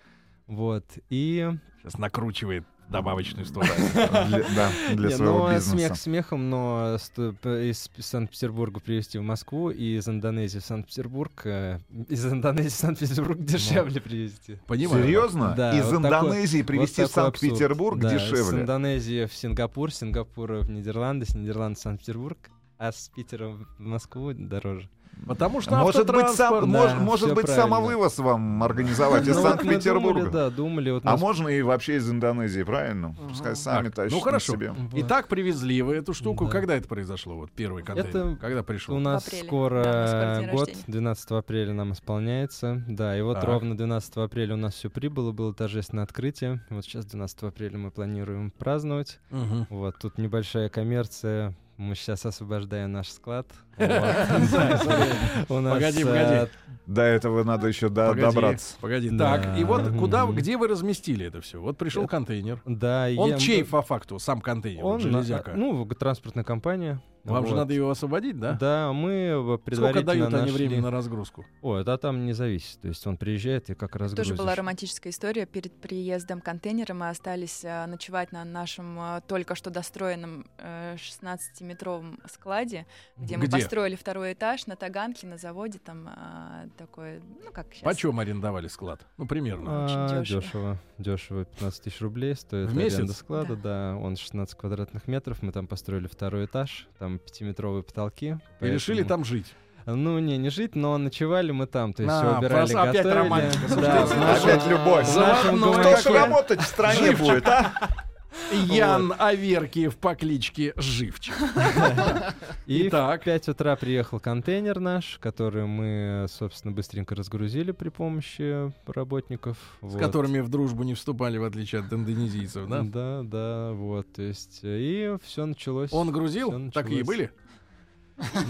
S6: Вот, и...
S3: Сейчас накручивает добавочную сторону.
S4: Для- Да, для
S6: Не,
S4: своего
S6: ну, смех
S4: бизнеса.
S6: смехом, но ст- п- из Санкт-Петербурга привезти в Москву и из Индонезии в Санкт-Петербург, э, из Индонезии в Санкт-Петербург
S4: Ну.
S6: дешевле привезти.
S3: Понимаю.
S4: Серьезно?
S6: Да,
S4: Из
S6: вот такой-
S4: Индонезии привезти
S6: Вот
S4: в
S6: такой абсурд.
S4: Санкт-Петербург
S6: Да, С
S4: дешевле.
S6: Индонезии в Сингапур, с Сингапура в Нидерланды, с Нидерландов в Санкт-Петербург, а с Питера в Москву дороже.
S3: Потому что
S4: Может быть,
S3: автотранспорт-
S4: сам,
S6: Да,
S4: мож- может
S6: всё
S4: быть
S6: правильно.
S4: самовывоз вам организовать
S6: Ну,
S4: из
S6: вот мы думали,
S4: Санкт-Петербурга.
S6: Да, думали. Вот
S4: А
S6: нас-
S4: можно и вообще из Индонезии, правильно? Пускай сами
S3: Так,
S4: тащат
S3: ну
S4: на
S3: хорошо.
S4: себе.
S6: Вот.
S3: Итак, привезли вы эту штуку.
S6: Да.
S3: Когда это произошло? Вот первый контейнер.
S6: Это-
S3: Когда
S6: У
S3: пришел?
S6: нас
S5: В апреле.
S6: скоро
S5: Да, у нас скоро день
S6: год,
S5: рождения.
S6: 12 апреля нам исполняется. Да, и вот
S3: Так.
S6: ровно 12 апреля у нас все прибыло, было торжественное открытие. Вот сейчас 12 апреля мы планируем праздновать.
S3: Мгм.
S6: Вот тут небольшая коммерция. Мы сейчас освобождаем наш склад. Вот. У нас,
S3: Погоди,
S6: э,
S3: погоди.
S4: До этого надо еще до-
S3: Погоди,
S4: э, добраться.
S3: Погоди.
S6: Да.
S3: Так, и вот куда,
S6: Мгм.
S3: где вы разместили это все? Вот пришел контейнер.
S6: Да,
S3: Он
S6: я- ну,
S3: чей по факту, сам контейнер, вот
S6: Он,
S3: железяка.
S6: ну, в- транспортная компания.
S3: Вам же
S6: Вот.
S3: надо его освободить, да?
S6: Да, мы в-
S3: Сколько
S6: предварительно
S3: дают они
S6: нашли-
S3: время на разгрузку?
S6: О, это там не зависит. То есть он приезжает и как раз
S5: Тоже была романтическая история. Перед приездом контейнера мы остались э, ночевать на нашем э, только что достроенном э, 16-метровом складе, где, мы
S3: Где?
S5: построили второй этаж на Таганке, на заводе. Там э, такое, ну как сейчас.
S3: Почем арендовали склад? Ну, примерно.
S5: очень дёшево.
S6: А, дешево. Дешево, 15 тысяч рублей стоит
S3: В
S6: аренда
S3: месяц?
S6: склада, да. Он 16 квадратных метров, мы там построили второй этаж, там пятиметровые потолки.
S3: И решили
S6: поэтому-
S3: там жить.
S6: Ну, не, не жить, но ночевали мы там, то есть
S3: На,
S6: всё убирали,
S3: просто опять
S6: готовили.
S3: романтика,
S6: Да,
S3: слушайте,
S6: в нашем-
S4: Опять любовь. Ну, а
S6: в нашем
S3: Заводной
S4: Кто ж
S3: какой.
S6: гумаке.
S4: работать в стране будет, а?
S3: Ян Аверкиев по кличке Живчик.
S6: И
S3: Итак.
S6: в 5 утра приехал контейнер наш, который мы, собственно, быстренько разгрузили при помощи работников.
S3: С которыми в дружбу не вступали, в отличие от индонезийцев, да?
S6: Да, да, вот, то есть, э, и все началось.
S3: Он грузил?
S6: Всё
S3: Такие
S6: началось.
S3: были?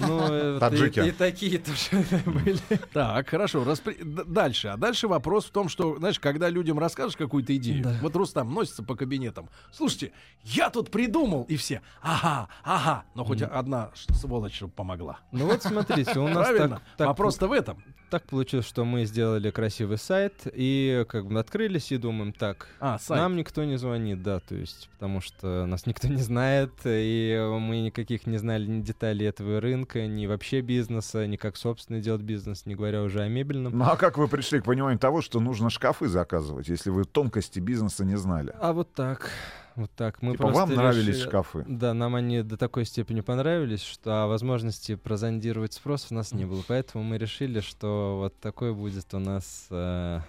S6: Ну, э,
S2: Таджики.
S6: И, и такие тоже были.
S3: Так, хорошо. распри- д- Дальше. А дальше вопрос в том, что, знаешь, когда людям расскажешь какую-то идею,
S6: Да.
S3: вот Рустам носится по кабинетам. Слушайте, я тут придумал, и все. Ага, ага. Но хоть
S6: Мгм.
S3: одна ш- сволочь чтоб помогла.
S6: Ну вот смотрите, у нас
S3: Правильно?
S6: так, так
S3: Вопрос-то в этом.
S6: так получилось, что мы сделали красивый сайт и как бы открылись и думаем так.
S3: А, сайт.
S6: Нам никто не звонит, да, то есть, потому что нас никто не знает, и мы никаких не знали ни деталей этого рынка, ни вообще бизнеса, ни как, собственно, делать бизнес, не говоря уже о мебельном.
S4: Ну а как вы пришли к пониманию того, что нужно шкафы заказывать, если вы тонкости бизнеса не знали?
S6: А вот так, вот так. Мы
S4: типа вам
S6: просто
S4: нравились
S6: решили-
S4: шкафы.
S6: Да, нам они до такой степени понравились, что а возможности прозондировать спрос у нас не было. Поэтому мы решили, что вот такой будет у нас... э,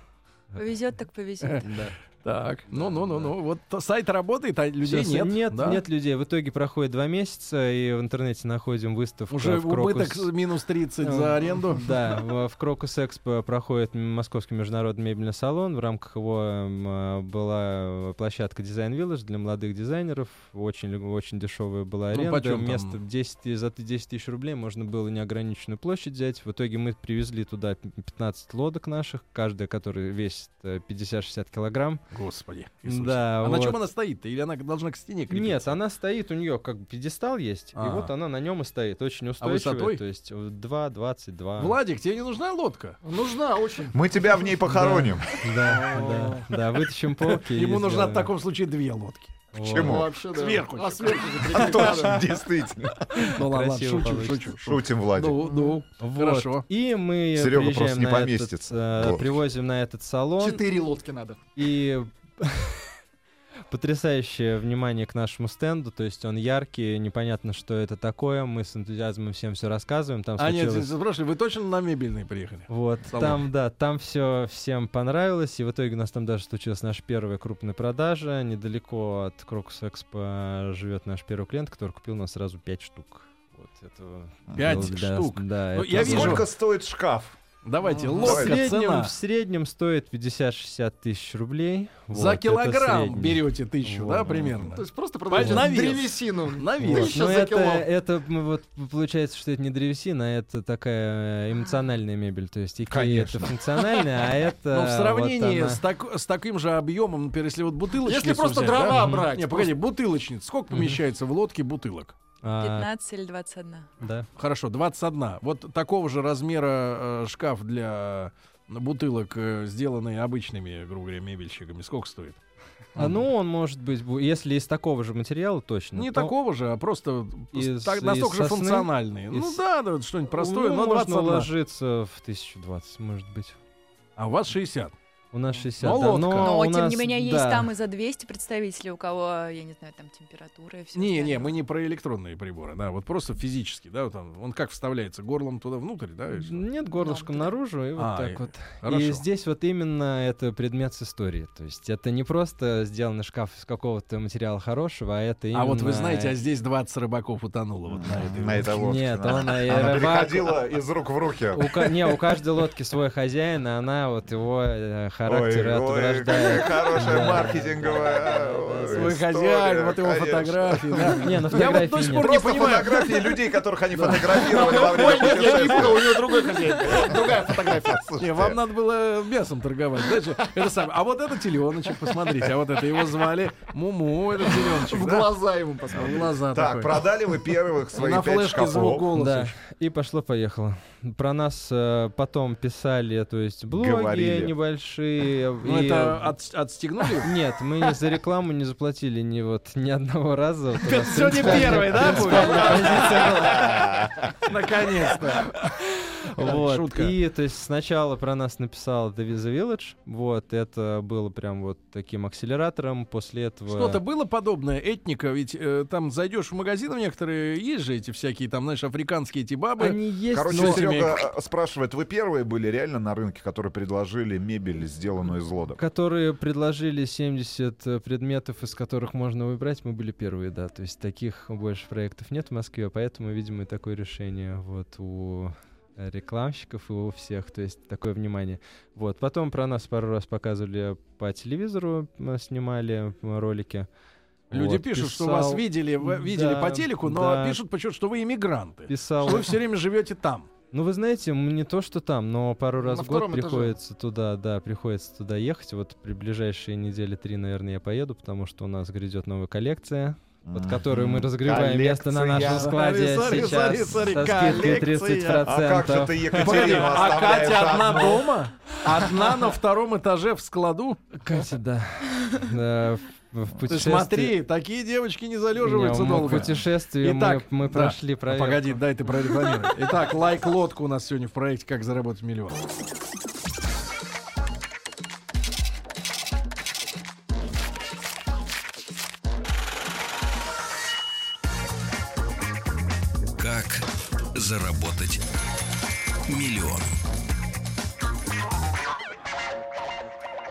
S5: Повезет, так повезет.
S6: да.
S3: Так. Ну, ну, ну, ну. Вот то- сайт работает, а людей
S6: Всё,
S3: нет.
S6: нет,
S3: да?
S6: нет людей. В итоге проходит два месяца, и в интернете находим выставку
S3: Уже
S6: в Крокус.
S3: убыток с- минус 30
S6: Э,
S3: за аренду.
S6: Да, в, в Крокус Экспо проходит Московский международный мебельный салон. В рамках его эм, э, была площадка Design Village для молодых дизайнеров. Очень, лю- очень дешевая была
S3: Ну,
S6: аренда.
S3: почем там?
S6: Место 10, ти- за 10 тысяч рублей можно было неограниченную площадь взять. В итоге мы привезли туда п- 15 лодок наших, каждая, которая весит э, 50-60 килограмм.
S3: Господи.
S6: Да,
S3: а на
S6: вот.
S3: чем она стоит-то? Или она должна к стене крепиться?
S6: Нет, она стоит, у нее как бы пьедестал есть,
S3: Ага. А
S6: и вот она на нем и стоит. Очень устойчивая,
S3: высотой?
S6: то есть э, 2, 22.
S3: Владик, тебе не нужна лодка?
S7: Нужна очень.
S4: Мы тебя в ней похороним.
S6: Да, да, да, вытащим полки. и
S3: Ему нужна в
S6: сделаем.
S3: таком случае две лодки.
S4: Почему?
S7: Ну, вообще, да.
S3: Сверху
S7: А
S3: еще.
S7: сверху же прикрепляют.
S4: Антош, действительно.
S3: Ну ладно, ладно,
S6: Красиво
S3: шучу,
S6: получится.
S3: шучу, шучу.
S4: Шутим, Владик.
S3: Ну, ну,
S6: Вот.
S3: хорошо.
S6: И мы
S4: Серега
S6: приезжаем
S4: просто не
S6: на этот,
S4: поместится.
S6: э,
S4: Вот.
S6: привозим на этот салон
S7: Четыре лодки надо.
S6: и потрясающее внимание к нашему стенду, то есть он яркий, непонятно, что это такое, мы с энтузиазмом всем все рассказываем, там
S3: А нет,
S6: случилось-
S3: спрашивали, вы точно на мебельный приехали?
S6: Вот,
S3: Салон.
S6: там, да, там все всем понравилось, и в итоге у нас там даже случилась наша первая крупная продажа, недалеко от Крокус Экспо живет наш первый клиент, который купил у нас сразу 5 штук. Вот это
S3: Пять
S6: было, Ну да,
S3: штук.
S6: Да,
S3: Ну,
S6: это
S3: я
S6: было-
S3: вижу.
S4: Сколько стоит шкаф?
S3: Давайте,
S7: Ну,
S6: в,
S3: лодка,
S6: среднем,
S3: цена.
S6: в среднем стоит 50-60 тысяч рублей. Вот,
S3: За
S6: это
S3: килограмм
S6: средний.
S3: берете тысячу,
S6: Вот.
S3: да, примерно?
S7: То есть просто продаете
S3: на вес.
S7: древесину.
S3: На
S6: Вот,
S3: вес.
S7: Тысяча
S6: Но
S7: за
S6: это,
S7: кило.
S6: это м, вот получается, что это не древесина, а это такая эмоциональная мебель. То есть Икея это
S4: Конечно.
S6: функциональная, а это...
S3: Но в
S6: вот
S3: сравнении
S6: она-
S3: с, таку- с таким же объемом, например, если вот бутылочницу
S7: Если просто
S3: взять,
S7: дрова
S3: да?
S7: брать.
S3: Не, погоди, бутылочница. Сколько
S6: Мгм.
S3: помещается в лодке бутылок?
S6: А,
S5: 15 или 21.
S6: да.
S3: Хорошо, 21. Вот такого же размера э, шкаф для бутылок, э, сделанные обычными, грубо говоря, мебельщиками, сколько стоит?
S6: А, ну, он может быть, бу- если из такого же материала, точно.
S3: Не
S6: Ну, то-
S3: такого же, а просто
S6: Из-
S3: так- настолько
S6: из
S3: же
S6: сосны?
S3: функциональные. Ну
S6: Из-
S3: да, да, вот что-нибудь простое,
S6: Ну,
S3: но
S6: можно
S3: 21.
S6: уложиться в 1020, может быть.
S3: А у вас 60.
S6: У нас 60,
S3: Но
S6: да,
S3: лодка.
S6: но,
S5: Но,
S6: у
S5: тем
S6: нас-
S5: не менее, есть
S6: да.
S5: там и за 200 представителей, у кого, я не знаю, там температура и все.
S3: Не, не, мы не про электронные приборы, да, вот просто физически, да, вот там, он как вставляется горлом туда внутрь, да? и что?
S6: Нет, горлышком
S5: Да.
S6: наружу, и вот
S3: А, и-
S6: так вот.
S3: Хорошо.
S6: И здесь вот именно это предмет с историей. То есть это не просто сделанный шкаф из какого-то материала хорошего, а это именно...
S3: А вот вы знаете, а здесь 20 рыбаков утонуло вот на этой.
S4: На этой лодке.
S6: Нет,
S4: да.
S6: он, э,
S4: Она
S6: рыбак-
S4: переходила из рук в руки.
S6: У ка- Не, у каждой лодки свой хозяин, и она вот его э, характер
S4: какая
S6: отображает.
S4: хорошая маркетинговая а, ой,
S3: Свой
S4: история,
S3: хозяин, вот его
S4: конечно.
S3: фотографии, да.
S6: Не, на
S3: Я вот до
S6: фотографии
S3: сих
S6: нет.
S3: пор не
S4: Просто
S3: понимаю.
S4: фотографии людей, которых они фотографировали во время
S7: Ой, нет, я не
S4: путешествия.
S7: понял, у него другой хозяин. Другая фотография.
S3: Не, вам надо было мясом торговать. Дальше это самое. А вот это теленочек, посмотрите. А вот это его звали Муму, это теленочек.
S7: В
S3: да?
S7: глаза ему посмотрел.
S3: В глаза
S4: Так,
S3: такой.
S4: продали вы первых
S3: На
S4: своих пять
S3: флешке звук
S4: шкафов.
S3: голоса.
S6: Да, и пошло-поехало. Про нас э, потом писали, то есть блоги
S4: Говорили.
S6: небольшие.
S3: Ну,
S6: и-
S3: это от- отстегнули?
S6: Нет, мы ни за рекламу не заплатили ни вот ни одного раза. Вот у нас
S3: Сегодня первый, да, будет? Наконец-то.
S6: Вот.
S3: Шутка.
S6: И то есть сначала про нас написал The Visa Village. Вот, это было прям вот таким акселератором. После этого.
S3: Что-то было подобное, этника, ведь э, там зайдешь в магазин, в некоторые есть же эти всякие, там, знаешь, африканские эти бабы.
S6: Они есть,
S4: Короче,
S6: но...
S4: Серега э, спрашивает, вы первые были реально на рынке, которые предложили мебель, сделанную из лодок?
S6: которые предложили 70 э, предметов, из которых можно выбрать, мы были первые, да. То есть таких больше проектов нет в Москве, поэтому, видимо, и такое решение вот у э, рекламщиков и у всех, то есть такое внимание. Вот, потом про нас пару раз показывали по телевизору, м, снимали м, э, ролики.
S3: Люди
S6: Вот,
S3: пишут, что вас
S6: писал-
S3: видели, в- видели
S6: Да,
S3: по телеку, но
S6: да.
S3: пишут почему-то, что вы иммигранты.
S6: Писал.
S3: Что вы все время живете там.
S6: Ну, вы знаете, м, не то, что там, но пару раз
S7: Ну, На
S6: в год
S7: втором этаже.
S6: приходится туда, да, приходится туда ехать. Вот при ближайшие недели три, наверное, я поеду, потому что у нас грядет новая коллекция, под которую мы разогреваем место на
S4: Коллекция.
S6: нашем складе
S3: Сори, сори,
S6: сейчас
S3: сори, сори,
S6: со скидкой
S3: коллекция.
S6: 30%.
S4: А как же ты,
S3: Погоди,
S4: Екатерина,
S3: а
S4: оставляешь
S3: Катя одна
S4: одну?
S3: дома? Одна на втором этаже в складу?
S6: Катя, да. Да, в- в
S3: Ты
S6: путешествии-
S3: смотри, такие девочки не залеживаются
S6: Не, мы В
S3: долго.
S6: путешествии мы,
S3: Итак,
S6: мы
S3: да.
S6: прошли
S3: А
S6: проверку.
S3: Погоди, дай ты прорекламируй. Итак, лайк-лодка у нас сегодня в проекте «Как заработать миллион».
S1: Как заработать миллион?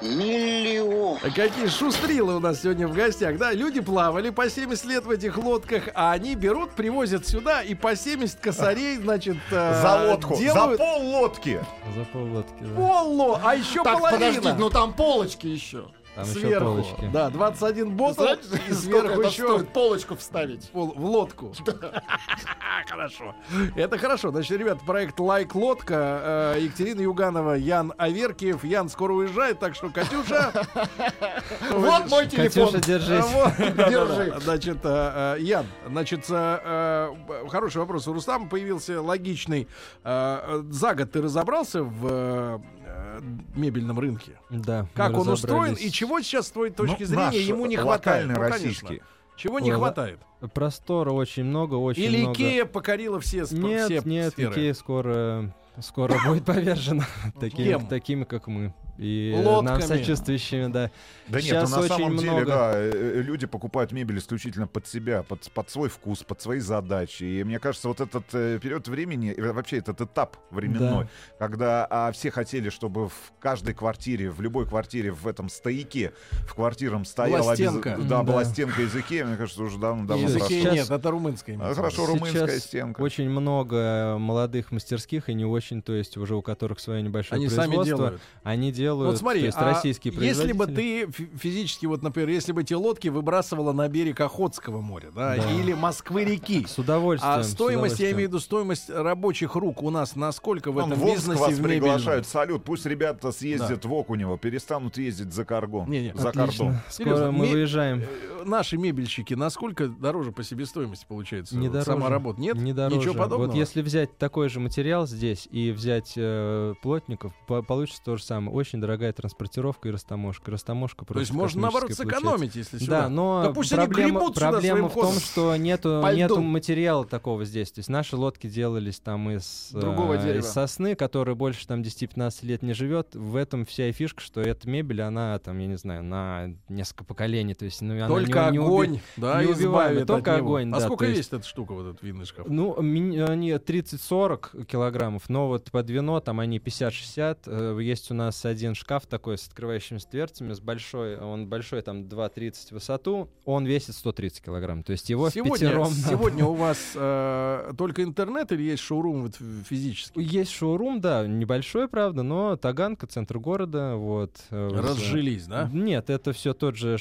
S2: Миллион.
S3: А Какие шустрилы у нас сегодня в гостях, да? Люди плавали по 70 лет в этих лодках, а они берут, привозят сюда и по 70 косарей, значит, э,
S4: За лодку, за
S3: делают
S4: пол лодки.
S6: За поллодки, да.
S3: полло, а еще
S7: Так,
S3: половина.
S7: подожди, ну там полочки еще.
S6: Там еще
S3: сверху,
S6: А полочки.
S3: да, 21 ботл
S7: Знаете,
S3: и
S7: сколько
S3: сверху
S7: это
S3: еще
S7: стоит полочку вставить?
S3: пол- в лодку. Хорошо. Это хорошо. Значит, ребят, проект Лайк Лодка. э, Екатерина Юганова, Ян Аверкиев. Ян скоро уезжает, так что, Катюша, э,
S7: Вот мой телефон.
S6: Катюша, держись.
S3: Вот, да-да-да.
S7: Держи.
S3: Значит, э, э, Ян, значит, э, э, хороший вопрос. У Рустама появился логичный. Э, э, За год ты разобрался в э, э, мебельном рынке?
S6: Да, мы
S3: Как он устроен
S6: разобрались.
S3: и чего сейчас с твоей точки
S4: Ну,
S3: зрения
S4: наш
S3: ему не хватает?
S4: локальный,
S3: Ну, конечно.
S4: российский.
S3: Чего не
S6: Ой,
S3: хватает?
S6: Простора очень много, очень
S3: Или
S6: много.
S3: Икея покорила все, сп-
S6: Нет,
S3: все
S6: нет,
S3: сферы?
S6: Икея скоро, скоро будет повержена такими,
S3: Кем?
S6: такими, как мы. И нам
S3: Лодками.
S6: сочувствующими, да.
S4: Да нет,
S6: Сейчас
S4: ну, на
S6: очень
S4: самом деле,
S6: много.
S4: да, э, э, люди покупают мебель исключительно под себя, под, под свой вкус, под свои задачи. И мне кажется, вот этот э, период времени, э, вообще этот этап временной, когда а, все хотели, чтобы в каждой квартире, в любой квартире, в этом стояке, в квартирам стояла...
S3: Была
S4: обяз-
S3: стенка.
S4: Да, была
S6: Да.
S4: стенка из Икеи, мне кажется, уже давно-давно
S3: Из
S6: Сейчас-
S4: прошло.
S3: Икеи нет, это румынская.
S4: А,
S3: имеется в виду.
S4: Хорошо, румынская
S6: Сейчас
S4: стенка.
S6: Очень много молодых мастерских и не очень, то есть уже у которых свое небольшое
S3: Они сами
S6: производство.
S3: делают.
S6: Они делают,
S3: Вот смотри,
S6: то есть
S3: а
S6: российские
S3: если бы
S6: производители.
S3: ты фи- физически, вот, например, если бы эти лодки выбрасывала на берег Охотского моря, да,
S6: Да.
S3: или Москвы-реки,
S6: С удовольствием.
S3: а
S6: с
S3: стоимость, я
S6: удовольствием.
S3: имею в виду стоимость рабочих рук у нас, насколько в
S4: Вон
S3: этом
S4: в Омск
S3: бизнесе
S4: вас
S3: в мебельном?
S4: приглашают. Салют, пусть ребята съездят в Окунево, перестанут ездить за каргом.
S3: Не-не,
S4: за кордон.
S6: Отлично. Скоро
S3: Серьезно,
S6: мы
S3: ми-
S6: выезжаем.
S3: Э, Наши мебельщики, насколько дороже по себестоимости получается
S6: Не
S3: вот
S6: дороже.
S3: э, сама работа? Нет?
S6: Не дороже.
S3: Ничего подобного?
S6: Вот если взять такой же материал здесь и взять э, плотников, по- получится то же самое. Очень дорогая транспортировка и растаможка. Растаможка
S3: То
S6: просто
S3: есть можно, наоборот,
S6: космическая
S3: сэкономить, если
S6: получается.
S3: сюда.
S6: Да, ну, но
S3: Да пусть они
S6: проблема,
S3: гребут сюда своим
S6: проблема в том,
S3: ходом.
S6: что нету,
S7: По
S6: нету
S7: льду.
S6: материала такого здесь. То есть наши лодки делались там из, э,
S7: Другого
S6: из
S7: дерева.
S6: сосны, которая больше там 10-15 лет не живет. В этом вся и фишка, что эта мебель, она там, я не знаю, на несколько поколений. То есть, ну, она не-
S3: Только
S6: не уби-
S3: огонь, да,
S6: не
S3: и
S6: убиваемый,
S3: избавит
S6: только
S3: от него.
S6: огонь,
S3: А
S6: да,
S3: сколько
S6: то есть-
S3: весит эта штука, вот этот винный шкаф?
S6: Ну, ми- они 30-40 килограммов, но вот под вино там они 50-60. Э, Есть у нас один шкаф такой с открывающимися дверцами, с большой, он большой, там 2,30 в высоту, он весит 130 килограмм, то есть его в
S3: Сегодня,
S6: пятером... надо-
S3: сегодня у вас э, только интернет или есть шоурум вот ф- физический?
S6: Есть шоурум, да, небольшой, правда, но Таганка, центр города, вот. э, вот, э,
S3: Разжились, да?
S6: Нет, это все тот же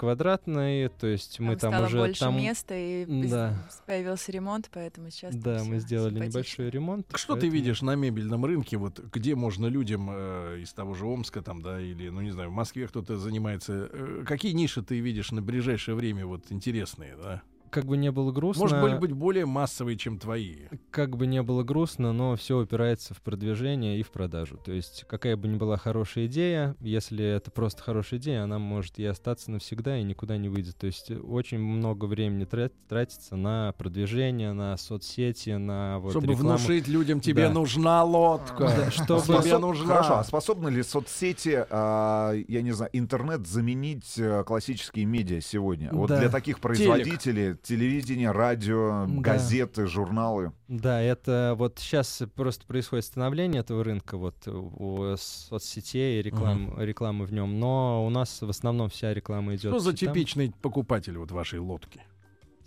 S6: 16-квадратный, то есть мы там,
S5: стало
S6: уже...
S5: больше
S6: там...
S5: места, и
S6: Да.
S5: с- появился ремонт, поэтому сейчас... там
S6: Да, мы
S5: всё
S6: сделали
S5: симпатично.
S6: небольшой ремонт.
S3: Что ты
S6: поэтому-
S3: видишь на мебельном рынке, вот где можно людям э, из того же Омска, там, да, или, ну не знаю, в Москве кто-то занимается. э, какие ниши ты видишь на ближайшее время вот интересные, да?
S6: Как бы не было грустно...
S3: Может быть, быть более массовые, чем твои.
S6: как бы не было грустно, но все упирается в продвижение и в продажу. То есть какая бы ни была хорошая идея, если это просто хорошая идея, она может и остаться навсегда и никуда не выйдет. То есть э, очень много времени трат- тратится на продвижение, на соцсети, на вот
S3: Чтобы
S6: рекламу.
S3: внушить людям, тебе
S6: Да.
S3: нужна лодка.
S6: Да, чтобы-
S3: Тебе нужна.
S4: Хорошо, а способны ли соцсети, а, я не знаю, интернет заменить э, классические медиа сегодня? Вот
S6: Да.
S4: для таких производителей телевидение, радио,
S6: Да.
S4: газеты, журналы.
S6: Да, это вот сейчас просто происходит становление этого рынка, вот э, у соцсетей и реклам, рекламы в нем. Но у нас в основном вся реклама идет.
S3: Что за типичный покупатель вот вашей лодки?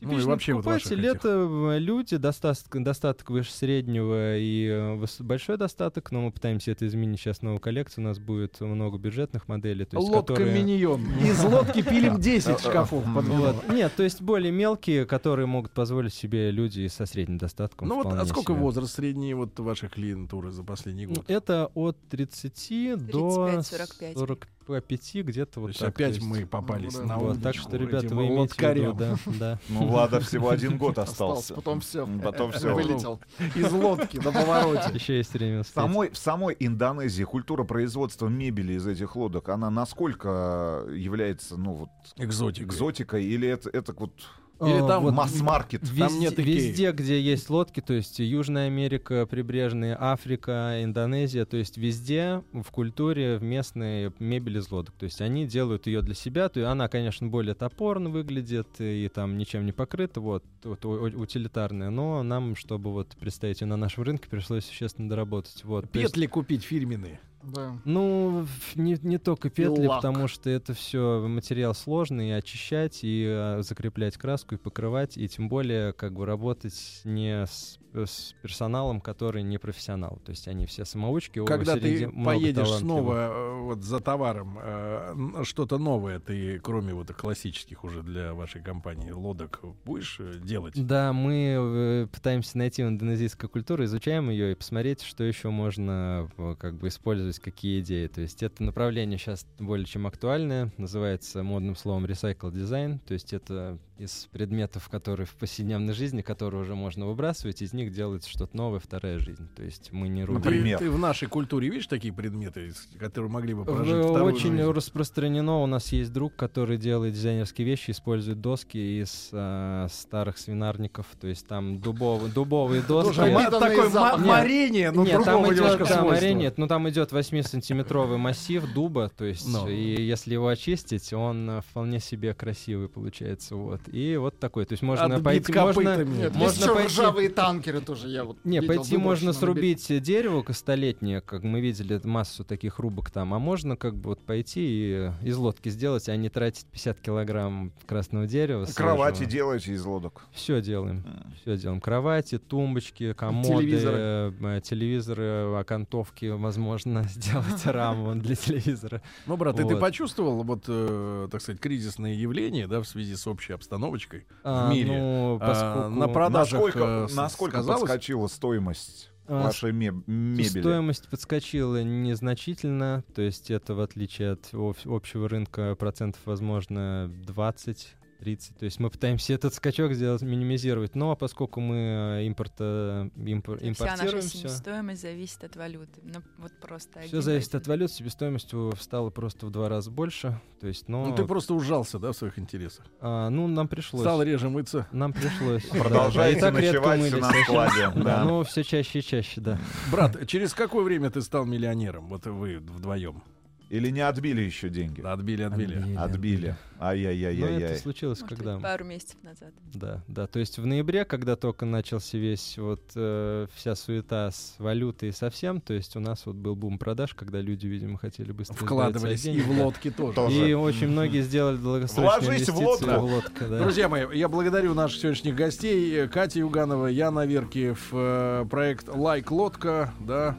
S3: Ну и
S6: Типичные
S3: вообще вот ваших
S6: покупатели
S3: этих.
S6: это э, люди, достаток, достаток выше среднего и э, выс- большой достаток, но мы пытаемся это изменить сейчас в новую коллекцию. У нас будет много бюджетных моделей, то есть,
S3: Лодка
S6: которые...
S3: миньон. Из лодки пилим 10 шкафов. под
S6: Вот.
S3: вино.
S6: Нет, то есть более мелкие, которые могут позволить себе люди со средним достатком.
S3: Ну вот, а
S6: вполне
S3: сколько
S6: себе. Ну,
S3: возраст средний вот вашей клиентуры за последний год?
S6: Это от 30 до
S5: 45.
S6: 45, где-то
S3: То
S6: вот
S3: есть
S6: так.
S3: опять
S6: то есть.
S3: мы попались
S7: ну да,
S3: на
S6: Вот, так
S3: удочку
S6: что, ребята,
S3: этим
S6: вы имеете в виду,
S3: лодкарям.
S6: да, да.
S4: Ну, Влада всего один год остался.
S7: Потом все.
S4: Потом всё.
S7: Вылетел.
S3: Из лодки на повороте.
S6: Еще есть
S4: В
S6: время встретить.
S4: самой, в самой Индонезии культура производства мебели из этих лодок, она насколько является, ну, вот,
S3: Экзотик.
S4: экзотикой, или это, это вот
S3: Или
S6: Э,
S3: там
S6: вот
S4: масс-маркет?
S3: Там нет
S6: Везде,
S3: Икеи.
S6: везде, где есть лодки, то есть Южная Америка, прибрежные, Африка, Индонезия, то есть везде в культуре в местной мебель из лодок. То есть они делают ее для себя, то и она, конечно, более топорно выглядит и там ничем не покрыта, вот, вот у- у- утилитарная, но нам, чтобы вот представить ее на нашем рынке, пришлось существенно доработать. Вот, то есть-
S3: Петли купить фирменные.
S7: Да.
S6: ну, в- не, не только петли,
S7: лак.
S6: потому что это все материал сложный, и очищать, и э, закреплять краску, и покрывать, и тем более как бы работать не с, с персоналом, который не профессионал. То есть они все самоучки. о,
S3: Когда
S6: среди
S3: ты
S6: много
S3: поедешь
S6: талантливых.
S3: снова э, вот за товаром, э, н- что-то новое ты, кроме вот классических уже для вашей компании лодок, будешь э, делать?
S6: Да, мы э, пытаемся найти индонезийскую культуру, изучаем ее и посмотреть, что еще можно э, как бы использовать, какие идеи. То есть это направление сейчас более чем актуальное, называется модным словом recycle дизайн. То есть это из предметов, которые в повседневной жизни, которые уже можно выбрасывать, из них делается что-то новое, вторая жизнь. То есть мы не рубим.
S3: Ты-
S4: Например?
S3: Ты, в нашей культуре видишь такие предметы, с- которые могли бы прожить
S6: В-
S3: вторую
S6: Очень
S3: жизнь?
S6: распространено. У нас есть друг, который делает дизайнерские вещи, использует доски из а, старых свинарников. То есть там дубов- дубовые
S3: Тоже
S6: доски.
S7: Нет.
S3: ма- такое ма-
S7: Запах.
S3: морение, но
S6: Нет, там
S3: другого немножко
S6: идет, там
S3: свойства.
S6: аренит, ну там идет 8-сантиметровый массив дуба, то есть,
S3: Но.
S6: и если его очистить, он э, вполне себе красивый получается, вот. И вот такой, то есть можно
S3: Отбит
S6: пойти, можно,
S3: копытами.
S7: Нет,
S6: Можно
S7: есть еще
S6: пойти-
S7: ржавые танкеры тоже. Я вот
S6: не,
S7: видел,
S6: пойти
S7: выброшено
S6: можно
S7: на берег.
S6: срубить э, дерево к- столетнее, как мы видели это массу таких рубок там, а можно как бы вот пойти и э, из лодки сделать, а не тратить 50 килограмм красного дерева.
S4: Кровати делаете из лодок.
S6: Все делаем.
S4: М.
S6: Все делаем. Кровати, тумбочки, комоды,
S7: Телевизоры.
S6: э, э, телевизоры, окантовки, возможно, сделать раму для телевизора.
S3: Ну, брат, и ты
S6: Вот.
S3: почувствовал, вот, э, так сказать, кризисные явления, да, в связи с общей обстановочкой?
S6: А,
S3: мире.
S6: ну,
S3: А,
S6: поскольку
S3: на продажах
S4: Насколько,
S3: э, с-
S4: насколько
S3: сказалось?
S4: подскочила стоимость
S6: а,
S4: вашей меб- мебели?
S6: Стоимость подскочила незначительно, то есть это в отличие от об- общего рынка процентов, возможно, 20 30. То есть мы пытаемся этот скачок сделать, минимизировать. Но поскольку мы э, импорта, импор-
S5: Вся наша
S6: импортируем все,
S5: себестоимость зависит от валюты. Ну, вот просто
S6: все
S5: один
S6: зависит
S5: в
S6: от
S5: один.
S6: валют, себестоимость э, стала просто в два раза больше. То есть, но,
S3: Ну, ты просто ужался, да, в своих интересах.
S6: а, ну нам пришлось.
S3: Стал реже мыться.
S6: Нам пришлось. да, да.
S4: Продолжаете
S6: И так редко
S4: ночевать
S6: мылись,
S4: на
S6: очень.
S4: складе.
S6: Да,
S4: да.
S6: ну все чаще и чаще, да.
S3: Брат, через какое время ты стал миллионером? Вот вы вдвоем.
S4: Или не отбили еще деньги?
S3: Отбили, отбили.
S4: Отбили.
S6: Ну, это
S4: Ай-яй-яй-яй-яй.
S6: случилось,
S5: Может быть,
S6: когда...
S5: пару месяцев назад.
S6: Да, да. То есть в ноябре, когда только начался весь вот э, вся суета с валютой и совсем, то есть у нас вот был бум продаж, когда люди, видимо, хотели быстро избавиться от
S3: Вкладывались и
S6: денег,
S3: в
S6: да.
S3: лодки тоже.
S6: И
S4: Тоже.
S6: очень многие сделали долгосрочные
S4: Вложись в
S6: инвестиции
S4: лодку.
S6: в лодку, да.
S3: Друзья мои, я благодарю наших сегодняшних гостей. Катя Юганова, Яна Веркиев, э, проект «Лайк Лодка». Да.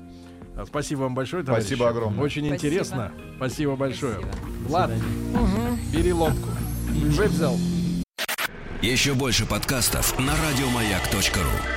S3: А, Спасибо вам большое, товарищи.
S4: Спасибо огромное.
S3: Очень
S5: Спасибо.
S3: интересно. Спасибо большое.
S5: Спасибо.
S3: Ладно, бери лодку.
S1: Еще больше подкастов на радиомаяк.ру.